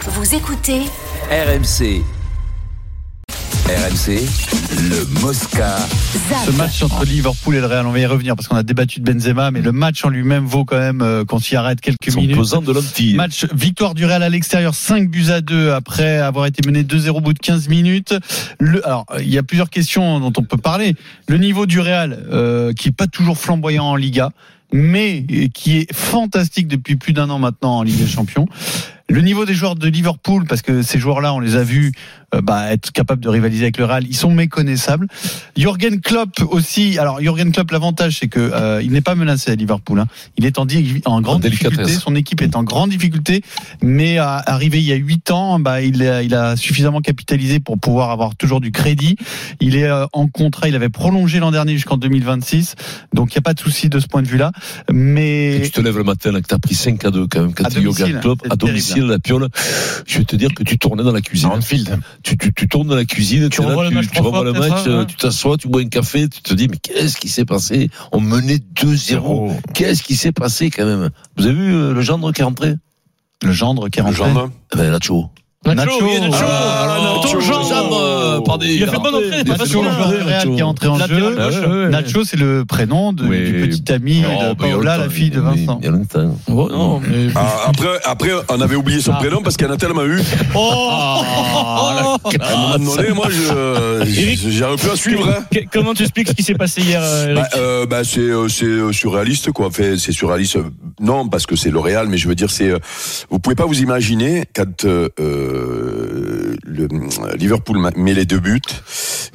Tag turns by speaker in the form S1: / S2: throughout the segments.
S1: Vous écoutez
S2: RMC. RMC, le Mosca.
S3: Ce
S1: ZAP.
S3: match entre Liverpool et le Real, on va y revenir parce qu'on a débattu de Benzema, mais le match en lui-même vaut quand même euh, qu'on s'y arrête quelques
S4: Son
S3: minutes.
S4: pesant de l'homme fille.
S3: Match victoire du Real à l'extérieur, 5 buts à 2 après avoir été mené 2-0 au bout de 15 minutes. Le, alors, euh, il y a plusieurs questions dont on peut parler. Le niveau du Real, euh, qui est pas toujours flamboyant en Liga, mais qui est fantastique depuis plus d'un an maintenant en Ligue des Champions. Le niveau des joueurs de Liverpool, parce que ces joueurs-là, on les a vus euh, bah, être capables de rivaliser avec le Real, ils sont méconnaissables. Jürgen Klopp aussi. Alors Jürgen Klopp, l'avantage c'est que euh, il n'est pas menacé à Liverpool. hein. Il est en, di- en grande
S4: délicatesse.
S3: difficulté. Son équipe est en grande difficulté, mais à- arrivé il y a huit ans, bah, il, a, il a suffisamment capitalisé pour pouvoir avoir toujours du crédit. Il est euh, en contrat. Il avait prolongé l'an dernier jusqu'en 2026. Donc il n'y a pas de souci de ce point de vue-là.
S4: Et
S3: Mais
S4: tu te lèves le matin, là, que t'as pris 5 à 2 quand même, quand
S3: À
S4: t'es Yoga
S3: domicile,
S4: Club,
S3: c'est
S4: à
S3: terrible.
S4: domicile, la piole. Je vais te dire que tu tournais dans la cuisine. Tu, tu, tu tournes dans la cuisine, t'es là, tu
S5: revois le match
S4: tu
S5: trois
S4: revois
S5: fois,
S4: le
S5: peut-être,
S4: match,
S5: hein,
S4: euh,
S5: ouais.
S4: tu t'assois, tu bois un café, tu te dis, mais qu'est-ce qui s'est passé? On menait 2-0. Qu'est-ce qui s'est passé quand même? Vous avez vu euh, le gendre qui est rentré?
S3: le gendre qui est rentré.
S4: Eh Ben, Nacho.
S3: Nacho,
S5: oui, Oh, Nacho.
S4: Ah,
S5: alors,
S4: alors,
S5: ton
S4: Nacho,
S5: genre.
S4: le gendre, euh, pardon,
S5: Il a fait
S4: est
S5: bonne
S4: rentré.
S5: entrée,
S4: Il a
S5: t'as
S4: fait
S5: pas
S3: Nacho,
S4: bonne
S3: le
S5: souvent,
S3: joueur
S4: entrée,
S3: du Real
S4: Nacho.
S3: qui est entré en
S5: Latéral
S3: jeu.
S5: gauche,
S4: Ah ouais.
S5: ouais.
S3: Nacho, c'est le prénom de,
S4: Oui.
S3: du petit ami de
S4: Oh, ben, il y a
S3: Paola,
S4: longtemps,
S3: la fille de
S4: il y a-
S3: Vincent.
S4: Il y a longtemps.
S5: Oh, non, mais-
S6: Ah, après, après, on avait oublié son
S3: Ah.
S6: prénom parce qu'il y en a tellement eu.
S4: Ah, la
S6: À un moment donné, moi, je-
S5: Eric.
S6: je- j'arrive plus à suivre. hein.
S5: Que- Comment tu expliques ce qui s'est passé hier, euh, Eric
S6: Bah, euh, bah, c'est euh, c'est euh, surréaliste quoi. Fait, c'est surréaliste. euh, Non parce que c'est L'Oréal, mais je veux dire c'est. euh, vous pouvez pas vous imaginer quand euh, euh, le, euh, Liverpool ma- met les deux buts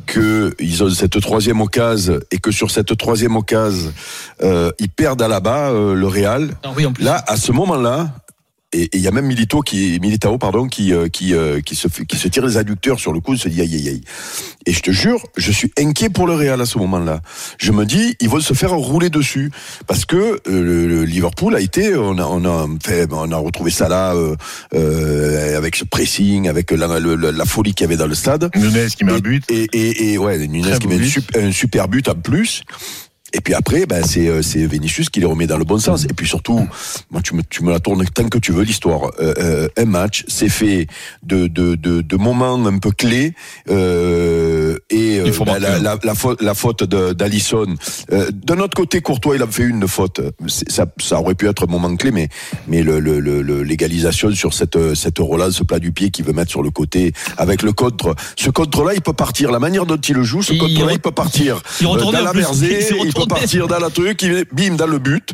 S6: que ils ont cette troisième occasion et que sur cette troisième occasion euh, ils perdent à la bas le Real. Là, à ce moment-là, et et il y a même Milito qui, Militao pardon, qui, euh, qui, euh, qui, se, fait- qui se tire les adducteurs sur le coup, se dit aïe aïe aïe. Et je te jure, je suis inquiet pour le Real à ce moment-là. Je me dis, ils vont se faire rouler dessus parce que euh, le, le Liverpool a été, on a, on a fait, on a retrouvé ça là avec ce pressing, avec la, le- la- la folie qu'il y avait dans le stade.
S4: Nunez qui
S6: Et- Et, et, et ouais, Nunez
S3: Très
S6: qui
S3: beau
S6: met un
S3: but.
S6: super, un super but en plus. Et puis après, ben c'est euh, c'est Vinicius qui les remet dans le bon sens. Et puis surtout, moi tu me tu me la tournes tant que tu veux l'histoire. Euh, euh, un match, c'est fait de de de, de moments un peu clés euh, et euh,
S4: Il faut
S6: ben,
S4: marquer,
S6: la,
S4: hein.
S6: la, la faute la faute de- d'Alisson. Euh, D'un autre côté, Courtois il a fait une de faute. C'est- Ça ça aurait pu être un moment clé, mais mais le le- le- le- l'égalisation sur cette euh, cette relance, ce plat du pied qu'il veut mettre sur le côté avec le contre. Ce contre là, il peut partir. La manière dont il le joue, ce
S5: Il
S6: contre là,
S5: re-
S6: il peut partir.
S5: Il
S6: Euh,
S5: retournait
S6: dans
S5: en
S6: la
S5: plus.
S6: versée,
S5: Il s'est
S6: il peut
S5: retourné.
S6: partir dans la truc, il est- bim dans le but.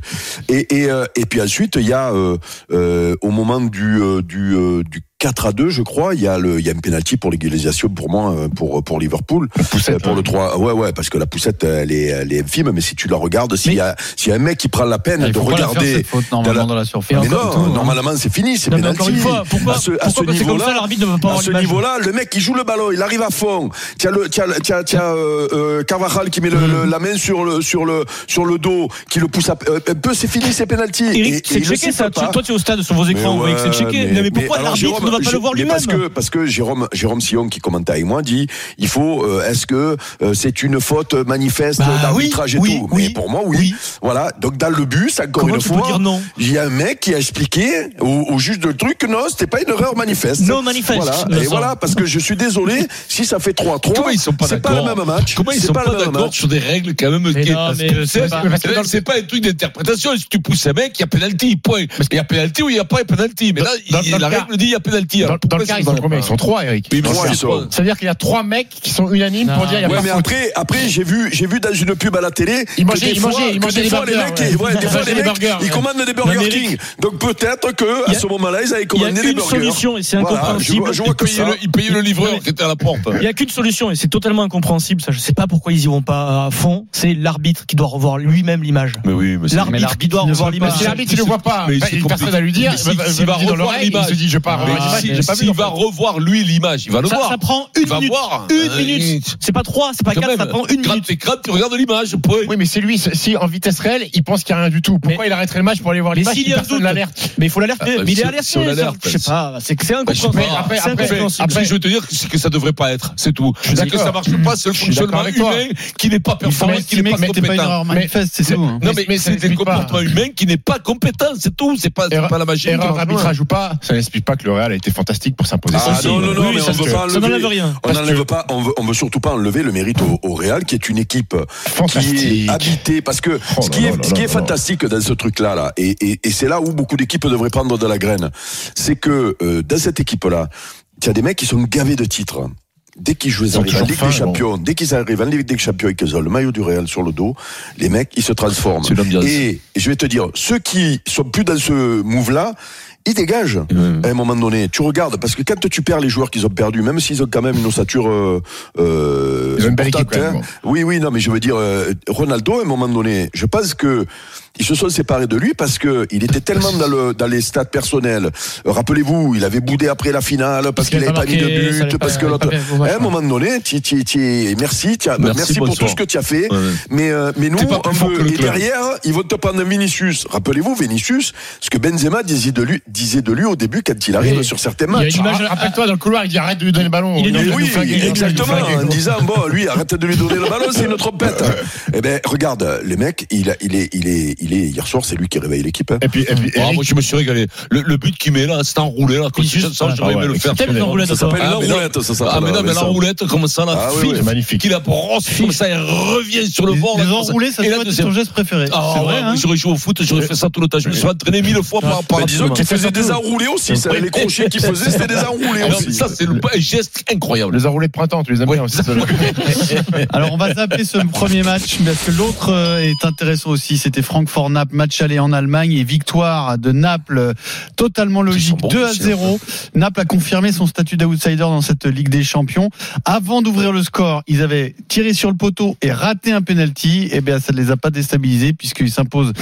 S6: Et et, euh, et puis ensuite il y a euh, euh, au moment du euh, du euh, du 4 à 2, je crois, il y a le il y a un penalty pour l'égalisation pour moi euh, pour pour Liverpool Euh,
S5: hein.
S6: pour le 3. Ouais ouais parce que la poussette elle est elle est infime mais si tu la regardes s'il y a s'il y a un mec qui prend la
S5: Ah,
S6: peine
S3: Il
S6: de
S3: faut pas la faire,
S6: regarder
S3: cette faute, normalement
S6: la-
S3: dans la surface.
S6: mais non, normalement c'est fini, c'est
S5: Non, mais encore
S6: penalty.
S5: une fois, pourquoi,
S6: à ce, à
S5: pourquoi quand
S6: ce
S5: c'est comme ça,
S6: niveau-là,
S5: l'arbitre ne veut pas
S6: à
S5: avoir
S6: ce
S5: l'image
S6: niveau-là, le mec il joue le ballon, il arrive à fond. Tiens le, tiens, le- tiens, tiens euh, euh, Carvajal qui met le-
S5: Mm.
S6: le- la main sur le sur le sur le dos, qui le pousse à, euh, un peu, c'est fini, c'est penalty. Et- et
S5: Eric, c'est
S6: il le
S5: checké
S6: siffle
S5: ça.
S6: pas.
S5: Tu- Toi, tu es au stade sur vos
S6: Mais
S5: écrans,
S6: ouais,
S5: Eric, c'est checké. Mais, pourquoi
S6: alors,
S5: l'arbitre
S6: Jérôme,
S5: ne va pas
S6: Jé-
S5: le voir
S6: mais
S5: lui-même
S6: Parce que, parce que Jérôme, Jérôme Sillon qui commente avec moi dit il faut, euh, est-ce que euh, c'est une faute manifeste
S5: Bah
S6: d'arbitrage
S5: oui,
S6: et tout
S5: oui,
S6: Mais pour moi, oui.
S5: oui.
S6: Voilà, donc dans le bus, encore
S5: Comment
S6: une
S5: tu peux
S6: fois,
S5: dire non
S6: il y a un mec qui a expliqué au, au juge de truc que non, c'était pas une erreur manifeste.
S5: Non manifeste,
S6: Voilà,
S5: me
S6: et
S5: semble.
S6: voilà, parce que je suis désolé, si ça fait 3-3,
S4: Comment ils sont pas
S6: c'est pas le
S4: d'accord
S6: même match.
S4: Comment ils
S6: c'est
S4: sont pas,
S6: le même
S4: d'accord
S6: match.
S4: sur des règles quand même
S5: Mais
S4: qui-
S5: non,
S4: parce
S5: mais
S4: que
S5: je sais
S4: c'est-
S5: pas.
S4: parce que dans- c'est pas un truc d'interprétation. Si tu pousses un mec, il y a pénalty, point. Il y a pénalty ou il n'y a pas pénalty. Mais là,
S7: dans-
S4: il-
S7: dans
S4: la
S7: le cas-
S4: règle dit il y a pénalty.
S7: Dans,
S4: Alors,
S7: dans le
S4: pourquoi
S7: cas,
S4: ça
S7: ils
S4: se
S7: sont
S4: voit
S7: combien
S4: pas
S7: Ils sont trois, Eric.
S4: Oui, mais
S6: Trois,
S4: c'est
S6: ils sont-
S4: pas-
S7: C'est-à-dire qu'il y a trois mecs qui sont unanimes
S5: Non.
S7: pour dire il y a
S6: Ouais,
S7: pas
S6: mais
S7: faute.
S6: après, après j'ai vu, j'ai vu dans une pub à la télé.
S7: Ils
S6: que
S7: mangeaient-
S6: des
S7: ils
S6: fois-
S7: mangeaient- ils
S6: que
S7: mangeaient
S6: des
S7: les
S6: fois, les
S7: burgers,
S6: mecs,
S7: ouais.
S6: ouais, des
S7: Ils
S6: fois, les
S7: mangeaient des
S6: mecs,
S7: burgers,
S6: ils
S7: ouais.
S6: commandent des
S5: Non,
S6: Burger
S5: mais Eric,
S6: King. Donc peut-être que
S5: il
S6: à
S5: y a-
S6: ce moment-là, ils avaient
S5: Il y a
S6: commandé les
S5: une
S6: burgers.
S5: solution et c'est
S6: Voilà, je
S5: incompréhensible.
S6: vois- je vois que
S4: Il payait le- Il payait le livreur qui était à la porte.
S5: Il n'y a qu'une solution et c'est totalement incompréhensible. Ça, je sais pas pourquoi ils y vont pas à fond. C'est l'arbitre qui doit revoir lui-même l'image.
S4: Mais oui, mais
S3: mais
S5: L'arbitre qui
S3: l'arbitre
S5: doit
S3: ne
S5: revoir
S3: veut
S5: l'image.
S3: pas.
S7: Bah, Si l'arbitre ne le voit pas, bah,
S4: Mais
S7: il
S4: c'est
S7: y a une personne
S4: compliqué.
S7: à lui dire, bah,
S4: Mais si-
S7: il va-
S4: s'il va
S7: va lui dire dans
S4: revoir
S7: l'oreille, il
S4: l'image.
S7: se dit je pars.
S4: Mais
S7: revoir l'image,
S4: si-
S7: j'ai pas vu
S4: s'il
S7: dans
S4: va
S7: le-
S4: revoir lui l'image, il va le
S5: Ça,
S4: voir.
S5: ça prend une
S4: Il va
S5: minute.
S4: voir.
S5: Une
S4: Euh,
S5: minute.
S4: il-
S5: C'est pas trois, c'est pas
S4: Quand
S5: quatre,
S4: même,
S5: ça prend une
S4: gratte,
S5: minute.
S4: c'est gratte, tu regardes l'image, point.
S7: Oui, mais c'est lui, c'est- si en vitesse réelle, il pense qu'il n'y a rien du tout. Pourquoi il arrêterait le match pour aller voir
S5: Mais
S7: l'image
S5: s'il
S7: si
S5: y a un
S7: personne
S5: doute.
S7: l'alerte
S5: Mais il faut l'alerter.
S4: Ah, bah,
S5: mais il
S4: si- si
S5: est
S4: on
S5: alerté. ça,
S4: l'alerte, Bah,
S5: Je sais
S4: c'est-
S5: pas. C'est que c'est
S7: Mais
S5: incompréhensible.
S7: après-
S5: C'est
S7: après-
S5: incompréhensible.
S4: Après, je veux te dire, c'est que ça devrait pas être, c'est tout.
S7: suis
S4: C'est que
S7: d'accord.
S4: ça marche pas, c'est le
S7: Je suis
S4: fonctionnement
S7: d'accord avec toi.
S4: humain qui n'est pas
S3: Il faut
S4: performant, qui n'est
S3: estimer
S4: pas
S3: que c'était pas une
S4: compétent.
S3: erreur manifeste, c'est
S7: c'est-
S3: tout. hein.
S4: Non,
S7: Mais-
S4: mais,
S7: mais ça
S4: c'est un
S7: n'explique pas.
S4: comportement humain qui n'est pas compétent, c'est tout. C'est pas, c'est
S7: Erreur-
S4: pas la magie.
S7: Erreur d'arbitrage ou pas, ça n'explique pas que le Real Real a été fantastique pour s'imposer.
S6: Ah,
S7: aussi.
S6: non, non, non,
S7: Oui,
S6: mais
S7: parce
S6: on veut
S7: que
S6: pas
S5: Ça
S6: enlever-
S5: n'enlève rien.
S6: On
S7: Parce
S6: n'enlève
S7: que-
S6: pas, on veut, on veut surtout pas enlever le mérite au, au Real, qui est une équipe euh, qui est
S7: Fantastique.
S6: habitée. Parce que
S7: Oh
S6: ce
S7: là
S6: qui
S7: là
S6: est,
S7: là
S6: ce qui
S7: là
S6: est
S7: là.
S6: fantastique dans ce truc-là, là, et, et- et c'est là où beaucoup d'équipes devraient prendre de la graine, c'est que euh, dans cette équipe-là, il y a des mecs qui sont gavés de titres. Dès qu'ils jouent
S7: Ils ont
S6: arrivent en
S7: toujours
S6: Ligue
S7: faim,
S6: des
S7: bon.
S6: Champions, dès qu'ils arrivent en Ligue des Champions et qu'ils ont le maillot du Real sur le dos, les mecs, ils se transforment.
S4: C'est l'homme d'Oz.
S6: Et je vais te dire, ceux qui sont plus dans ce move-là, ils dégagent
S4: Mmh.
S6: à un moment donné. Tu regardes, parce que quand tu perds les joueurs qu'ils ont perdus, même s'ils ont quand même une ossature. Euh, euh,
S7: Ils ont une belle
S6: importante,
S7: équipe, quand même,
S6: hein. Oui, oui, non, mais je veux dire, euh, Ronaldo, à un moment donné, je pense que. Ils se sont séparés de lui parce que il était tellement dans, le, dans les stades personnels. Euh, Rappelez-vous, il avait boudé après la finale parce qu'il n'avait pas mis de
S5: marqué, ça
S6: but,
S5: avait
S6: parce
S5: pas- ça
S6: que
S5: avait
S6: l'autre. Eh,
S5: pas fait un beau
S6: À
S5: match,
S6: un moment donné, tu- tu- tu- merci, tu as-
S4: Merci,
S6: merci pour tout
S4: bonsoir.
S6: ce que tu as fait.
S4: Ouais, ouais.
S6: Mais, euh, mais nous,
S7: T'es pas plus
S6: on
S7: fort
S6: veut-
S7: que le
S6: et
S7: club.
S6: derrière, ils vont te prendre un Vinicius. Rappelez-vous, Vinicius, ce que Benzema disait de lui, disait de lui au début quand il arrive
S7: Oui.
S6: sur certains
S7: Il y a
S6: matchs.
S7: une image- Rappelle-toi dans le couloir, il dit arrête de lui donner le ballon.
S5: Il est
S7: Il
S5: nul.
S7: nous
S6: ah, oui,
S7: flingue, il nous
S6: exactement, en
S7: flingue.
S6: disant, bon, lui, arrête de lui donner le ballon, c'est une trompette. Eh ben, regarde, les mecs, il, a- il est, il est, il est, hier soir, c'est lui qui réveille l'équipe. hein.
S7: Et puis, et puis,
S4: Ah,
S7: Eric,
S4: moi, je me suis régalé. Le, le but qu'il met là, c'est enroulé là. Quand
S5: Il
S4: il
S5: juste-
S4: jette ça, j'aurais
S7: ah ouais,
S4: aimé le faire.
S5: T'aimes les enroulades,
S6: Ça
S5: toi
S6: s'appelle
S4: Ah,
S6: la
S4: mais non.
S6: roulette, ça s'appelle.
S4: Ah, mais non, mais la
S6: Vincent.
S4: roulette, comme ça, la
S6: Ah, oui,
S4: file,
S7: c'est magnifique.
S4: qu'il a brosse, comme ça, elle revient sur le
S3: Les,
S4: bord.
S3: les
S4: là, comme ça.
S3: enroulés, ça
S4: Et la
S3: doit être
S4: deuxième.
S3: ton geste préféré.
S4: Ah,
S3: c'est
S4: ouais,
S3: vrai, hein
S4: oui, j'aurais joué au foot, j'aurais fait ça tout le temps. Je me suis entraîné mille fois par rapport
S6: Bah,
S4: à
S6: disons
S4: ça.
S6: qu'il faisait des enroulés aussi. ça,
S4: Oui.
S6: Les crochets qu'il faisait, c'était des enroulés
S4: Ah, non, mais
S6: aussi.
S4: Ça, c'est le- un geste incroyable.
S7: les enroulés de printemps, tu les aimes
S4: Ouais,
S7: bien aussi. ça.
S3: Alors on va zapper ce premier match parce que l'autre euh, est intéressant aussi. C'était Francfort-Naples, match aller en Allemagne et victoire de Naples euh, totalement logique,
S4: bons,
S3: 2 à
S4: c'est
S3: 0. Naples a confirmé son statut d'outsider dans cette Ligue des Champions. Avant d'ouvrir le score, ils avaient tiré sur le poteau et raté un penalty. Et bien ça ne les a pas déstabilisés puisqu'ils s'imposent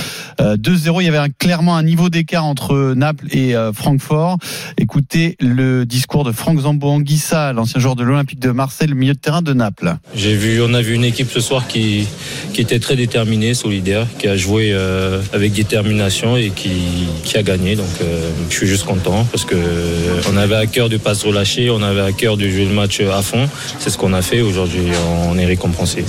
S3: euh, 2-0. Il y avait un- clairement un niveau d'écart entre Naples et euh, Francfort. Écoutez le discours de Franck Zambo Anguissa, l'ancien joueur de l'Olympique de Marseille, le milieu de terrain de Naples.
S1: J'ai vu, on a vu une équipe ce soir qui, qui était très déterminée, solidaire, qui a joué euh, avec détermination et qui, qui a gagné. Donc, euh, je suis juste content parce que euh, on avait à cœur de pas se relâcher, on avait à cœur de jouer le match à fond. C'est ce qu'on a fait. Aujourd'hui, on est récompensé.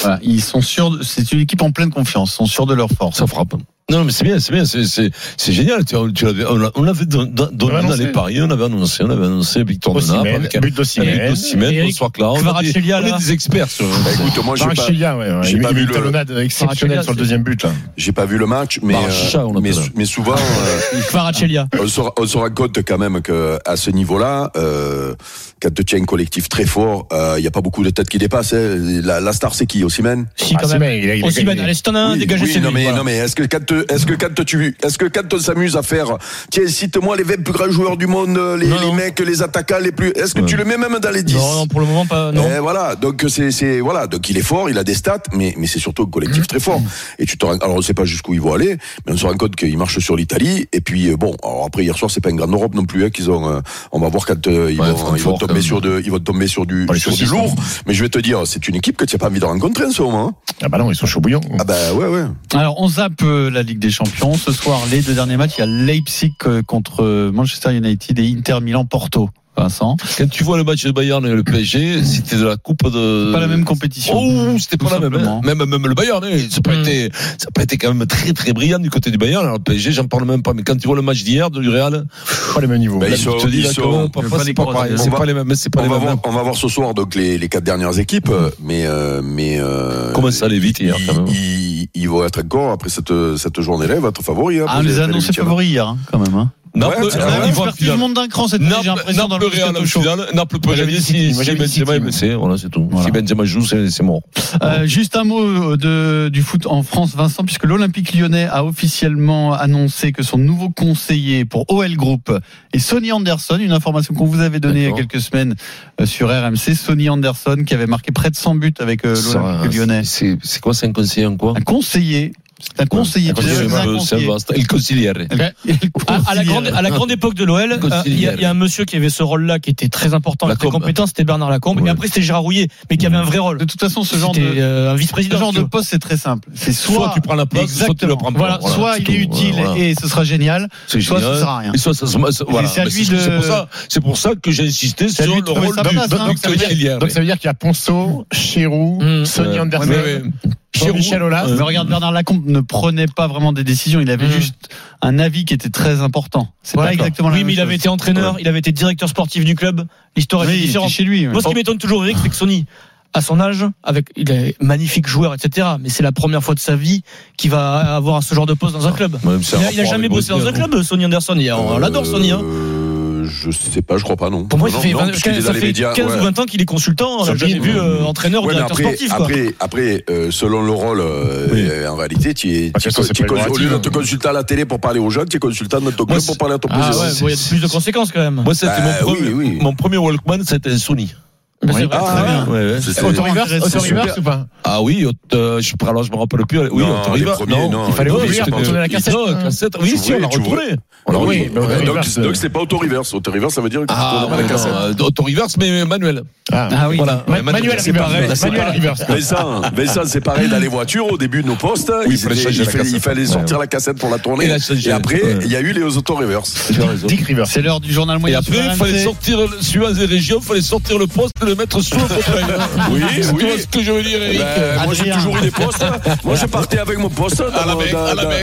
S3: Voilà, ils sont sûrs, de- c'est une équipe en pleine confiance, ils sont sûrs de leur force.
S4: Ça frappe. Non, mais c'est bien, c'est bien, c'est- c'est c'est génial. Tu, tu l'avais- on l'a- on l'avait don- don- donné dans
S7: annoncé.
S4: les paris, on avait annoncé, on avait annoncé victoire de Naples
S7: Osimhen,
S4: avec un
S7: but
S4: avec
S7: d'Osimhen.
S4: Osimhen,
S5: Eric
S4: bonsoir Clara. On a des-
S5: Kvaratskhelia,
S4: on
S5: là.
S4: est des experts sur
S6: Bah, écoute, moi, j'ai pas,
S7: Parachilia, ouais. ouais.
S6: j'ai
S7: Il
S6: pas
S7: met
S6: vu
S7: une
S6: le-
S7: talonnade exceptionnelle sur le deuxième but, là.
S6: j'ai pas vu le match, mais,
S4: Barcha,
S6: euh,
S4: on l'appelle.
S6: mais, mais souvent, euh,
S5: Kvaratskhelia.
S3: Ah.
S6: on se, on se rend compte quand même que à ce niveau-là, euh, quand tu as un collectif très fort, euh, il n'y a pas beaucoup de têtes qui dépassent. hein. La, la star, c'est qui Osimhen
S5: Si, quand
S7: Ah, c'est
S5: même.
S7: bien, il a- il a
S5: Aussi, Ben,
S7: gagné.
S5: allez, si t'en as
S3: Hein,
S5: un, dégagez
S6: oui,
S5: celui
S6: non mais, non mais est-ce que quand te- est-ce que quand tu est-ce que quand on s'amuse à faire tiens cite-moi les 20 plus grands joueurs du monde euh, les,
S5: Non,
S6: les
S5: non.
S6: mecs les attaquants les plus est-ce que tu le mets même dans les 10
S5: Non, non, pour le moment, pas. Non.
S6: Eh, voilà, donc c'est c'est voilà, donc il est fort, il a des stats, mais mais c'est surtout un collectif très fort. Et tu te rends- alors on sait pas jusqu'où ils vont aller, mais on se rend compte qu'ils marchent sur l'Italie. Et puis euh, bon, alors après hier soir c'est pas une grande Europe non plus hein, qu'ils ont. euh, on va voir quand euh, ils,
S4: Ouais,
S6: vont, ils vont
S4: Francfort, quand
S6: tomber
S4: même.
S6: sur de, ils vont tomber sur du
S7: Pas les
S6: sur du
S7: saucisses,
S6: lourd. Mais je vais te dire, c'est une équipe que tu as pas envie de rencontrer en ce moment. hein.
S7: Ah bah non, ils sont chauds bouillants.
S6: Ah bah ouais ouais.
S3: Alors on zappe euh, la Ligue des Champions. Ce soir, les deux derniers matchs, il y a Leipzig euh, contre euh, Manchester United et Inter Milan Porto. Vincent,
S4: Quand tu vois le match de Bayern et le PSG, c'était de la coupe de.
S3: pas la même compétition.
S4: Oh, c'était
S3: Tout
S4: pas la même, hein.
S3: simplement.
S4: même. Même le Bayern, hein, ça n'a pas,
S5: Mm.
S4: été- ça a pas été quand même très très brillant du côté du Bayern. Alors le PSG, j'en parle même pas. Mais quand tu vois le match d'hier du Real, Ben,
S7: Pas les mêmes niveaux.
S6: Bah,
S4: là,
S6: ils
S4: tu
S6: sont-
S4: te dis
S6: ils
S4: là,
S6: sont-
S4: comment,
S3: ils
S4: parfois,
S3: veulent pas les
S4: c'est pas
S3: croiser.
S4: pareil.
S3: On
S4: C'est
S6: va-
S4: pas les mêmes. C'est pas
S6: On
S4: les
S6: va
S4: mêmes.
S6: voir, on va voir ce soir donc les les quatre dernières équipes, euh, mais euh, mais euh,
S4: Comment ça allait vite hier quand même.
S6: ils, ils, ils vont être encore après cette cette journée-là, ils vont être favoris. hein,
S3: Ah, on
S6: pour
S3: les a
S6: pour
S3: annoncés
S6: huitièmes.
S3: favoris hier, hein, quand même. Hein.
S4: Naples,
S6: Ouais,
S4: Naples,
S6: tu vois,
S4: Ah, ils
S3: Naples,
S4: vont en
S3: parti du
S4: finale.
S3: monde d'un cran cette année, j'ai
S4: Naples,
S3: l'impression dans le
S4: Naples, Real en
S3: Moscato Show.
S4: finale. Naples peut
S7: Moi, j'avais
S4: gagner
S7: dit City,
S4: si,
S7: moi,
S4: si
S7: j'avais dit
S4: Benzema est
S7: City,
S4: blessé. Voilà, c'est tout.
S3: Voilà.
S4: Si Benzema joue, c'est c'est mort.
S3: Euh, juste un mot de, du foot en France, Vincent, puisque l'Olympique lyonnais a officiellement annoncé que son nouveau conseiller pour OL Group est Sonny Anderson, une information qu'on vous avait donnée il y a
S4: D'accord.
S3: quelques semaines euh, sur RMC. Sonny Anderson qui avait marqué près de 100 buts avec euh,
S4: Ça,
S3: l'Olympique lyonnais.
S4: C'est c'est quoi, c'est un conseiller en quoi
S3: Un conseiller, c'est un conseiller,
S4: Un
S3: tu sais,
S4: conseiller,
S3: c'est un
S4: euh, c'est un
S3: conseiller.
S4: vaste. Il concilière.
S5: À, à la grande, à la grande époque de l'OL, euh, il y, a- il y a un monsieur qui avait ce rôle-là qui était très important, qui était
S4: Lacombe.
S5: compétent, c'était Bernard Lacombe.
S4: Ouais.
S5: Et après, c'était Gérard Rouillet, mais qui avait un vrai rôle.
S3: De toute façon, ce genre
S5: C'était,
S3: de,
S5: euh, un
S3: ce
S5: vice-président.
S3: genre
S5: tu
S3: de
S5: vois.
S3: poste, c'est très simple. C'est
S4: Soit
S3: soit,
S4: tu prends la place, soit tu
S3: Exactement.
S4: la prends pas.
S3: Voilà,
S4: Voilà,
S3: soit
S4: c'est
S3: il
S4: tout.
S3: est utile
S4: Voilà.
S3: et ce sera génial,
S4: C'est
S3: soit ce
S4: génial.
S3: sera rien.
S4: Et soit ça se ça- voilà.
S3: c'est à
S4: Mais
S3: lui
S4: C'est
S3: de-
S4: c'est pour ça, c'est pour ça que j'ai insisté
S3: C'est à
S4: sur
S3: lui de
S4: le
S3: trouver
S4: rôle
S3: sa
S4: du
S3: place, hein.
S4: du
S7: Donc ça veut dire-
S4: conseiller.
S7: donc ça veut dire qu'il y a Ponceau, Chéroux,
S5: Mm.
S7: Sonny
S4: Ouais.
S7: Anderson.
S4: Ouais, ouais.
S7: Jean-Michel Aulas.
S3: Ah, Mais regarde, Bernard Lacombe ne prenait pas vraiment des décisions. Il avait
S5: Mmh.
S3: juste un avis qui était très important. C'est pas exactement la
S5: Oui,
S3: même
S5: mais il
S3: chose.
S5: avait été entraîneur, il avait été directeur sportif du club. L'histoire
S3: Oui,
S5: est
S3: il était
S5: différente.
S3: chez lui. ouais.
S5: Moi, ce qui m'étonne toujours, Eric, c'est que Sony, à son âge, avec, il est magnifique joueur, etc., mais c'est la première fois de sa vie qu'il va avoir ce genre de poste dans un club.
S4: Même ça,
S5: Il a, il a jamais bossé dans un club, Sony Anderson. Il a- on l'adore, Sony. Hein.
S6: Euh, Je sais pas, je crois pas, non.
S5: Pour moi,
S6: non,
S5: ça fait,
S6: non,
S5: 20
S6: puisqu'il est
S5: ça
S6: dans les
S5: fait
S6: médias,
S5: 15
S6: ouais.
S5: ou 20 ans qu'il est consultant. On
S6: Ça
S5: l'a jamais
S6: fait-
S5: vu euh, entraîneur ou
S6: Ouais, mais
S5: directeur
S6: après,
S5: sportif. quoi.
S6: après, après, euh, selon le rôle, euh,
S7: Oui.
S6: euh, en réalité, tu es,
S7: Bah,
S6: tu
S7: de toute façon,
S6: es-
S7: c'est
S6: tu es cons-
S7: pas
S6: au lieu de te
S7: péjoratif, hein.
S6: consulter à la télé pour parler aux jeunes, tu es consultant dans ton
S5: Moi,
S6: club pour
S5: c'est-
S6: parler à ton
S5: Ah
S6: président.
S5: ouais, bon, il y a plus de conséquences quand même.
S4: Moi, c'était
S6: Bah,
S4: mon,
S6: oui,
S4: premier,
S6: oui.
S4: mon premier Walkman, c'était un Sony.
S5: Mais c'est
S3: Oui.
S5: vrai.
S6: Ah,
S3: Très bien.
S4: Ouais, ouais.
S6: C'est- c'est-
S7: Autoriverse,
S3: Intéressant.
S7: autoriverse ou pas
S4: Ah oui, euh, je, alors je me rappelle plus. Oui,
S6: Non,
S4: on t'arrive
S6: les
S4: à-
S6: premiers, non.
S7: Il fallait
S6: Non,
S4: Oui,
S7: ouvrir,
S4: parce
S6: parce que-
S4: que-
S7: retourner la cassette.
S4: Non, la cassette. Oui,
S6: Tu
S4: si, on l'a
S6: ouvrais, tu
S4: retournée.
S6: Ah
S4: On l'a
S6: oui,
S4: retournée.
S6: donc-
S7: mais euh.
S6: donc
S7: reverse,
S6: donc c'est pas auto-reverse. Auto-reverse, ça veut dire que tu
S4: Ah,
S6: tournes pas
S4: ouais,
S6: la cassette.
S4: non, auto-reverse, mais manuel.
S7: Ah.
S3: Ah oui.
S4: Voilà.
S7: Ma-
S4: Ouais,
S7: Manuel
S4: c'est pareil,
S7: Rivers.
S4: c'est
S6: Bah,
S7: Manuel
S4: pareil.
S7: Rivers.
S6: Vincent, Vincent, c'est pareil dans les voitures, au début de nos postes,
S4: il
S6: il,
S4: fallait
S6: fallait,
S4: changer
S6: il
S4: la
S6: fallait- il
S4: cassette.
S6: fallait sortir la cassette pour la tourner.
S4: Et
S6: Et,
S4: la changer.
S6: après, il
S4: Ouais.
S6: y a eu les auto-reverse.
S4: Tu as raison.
S7: Dick Rivers.
S3: Oh, C'est l'heure du journal
S4: Et
S3: moyen.
S4: après,
S3: sur
S4: il fallait
S3: RMC.
S4: sortir, le- suivant les régions, il fallait sortir le poste et le mettre sous le copain.
S6: Oui,
S4: Tu vois ce que je veux dire, Eric
S6: Ben, moi j'ai
S3: Adrien.
S6: toujours eu des postes. Moi je partais avec mon poste.
S4: la
S6: dans-
S4: main, à la
S6: dans-
S4: main.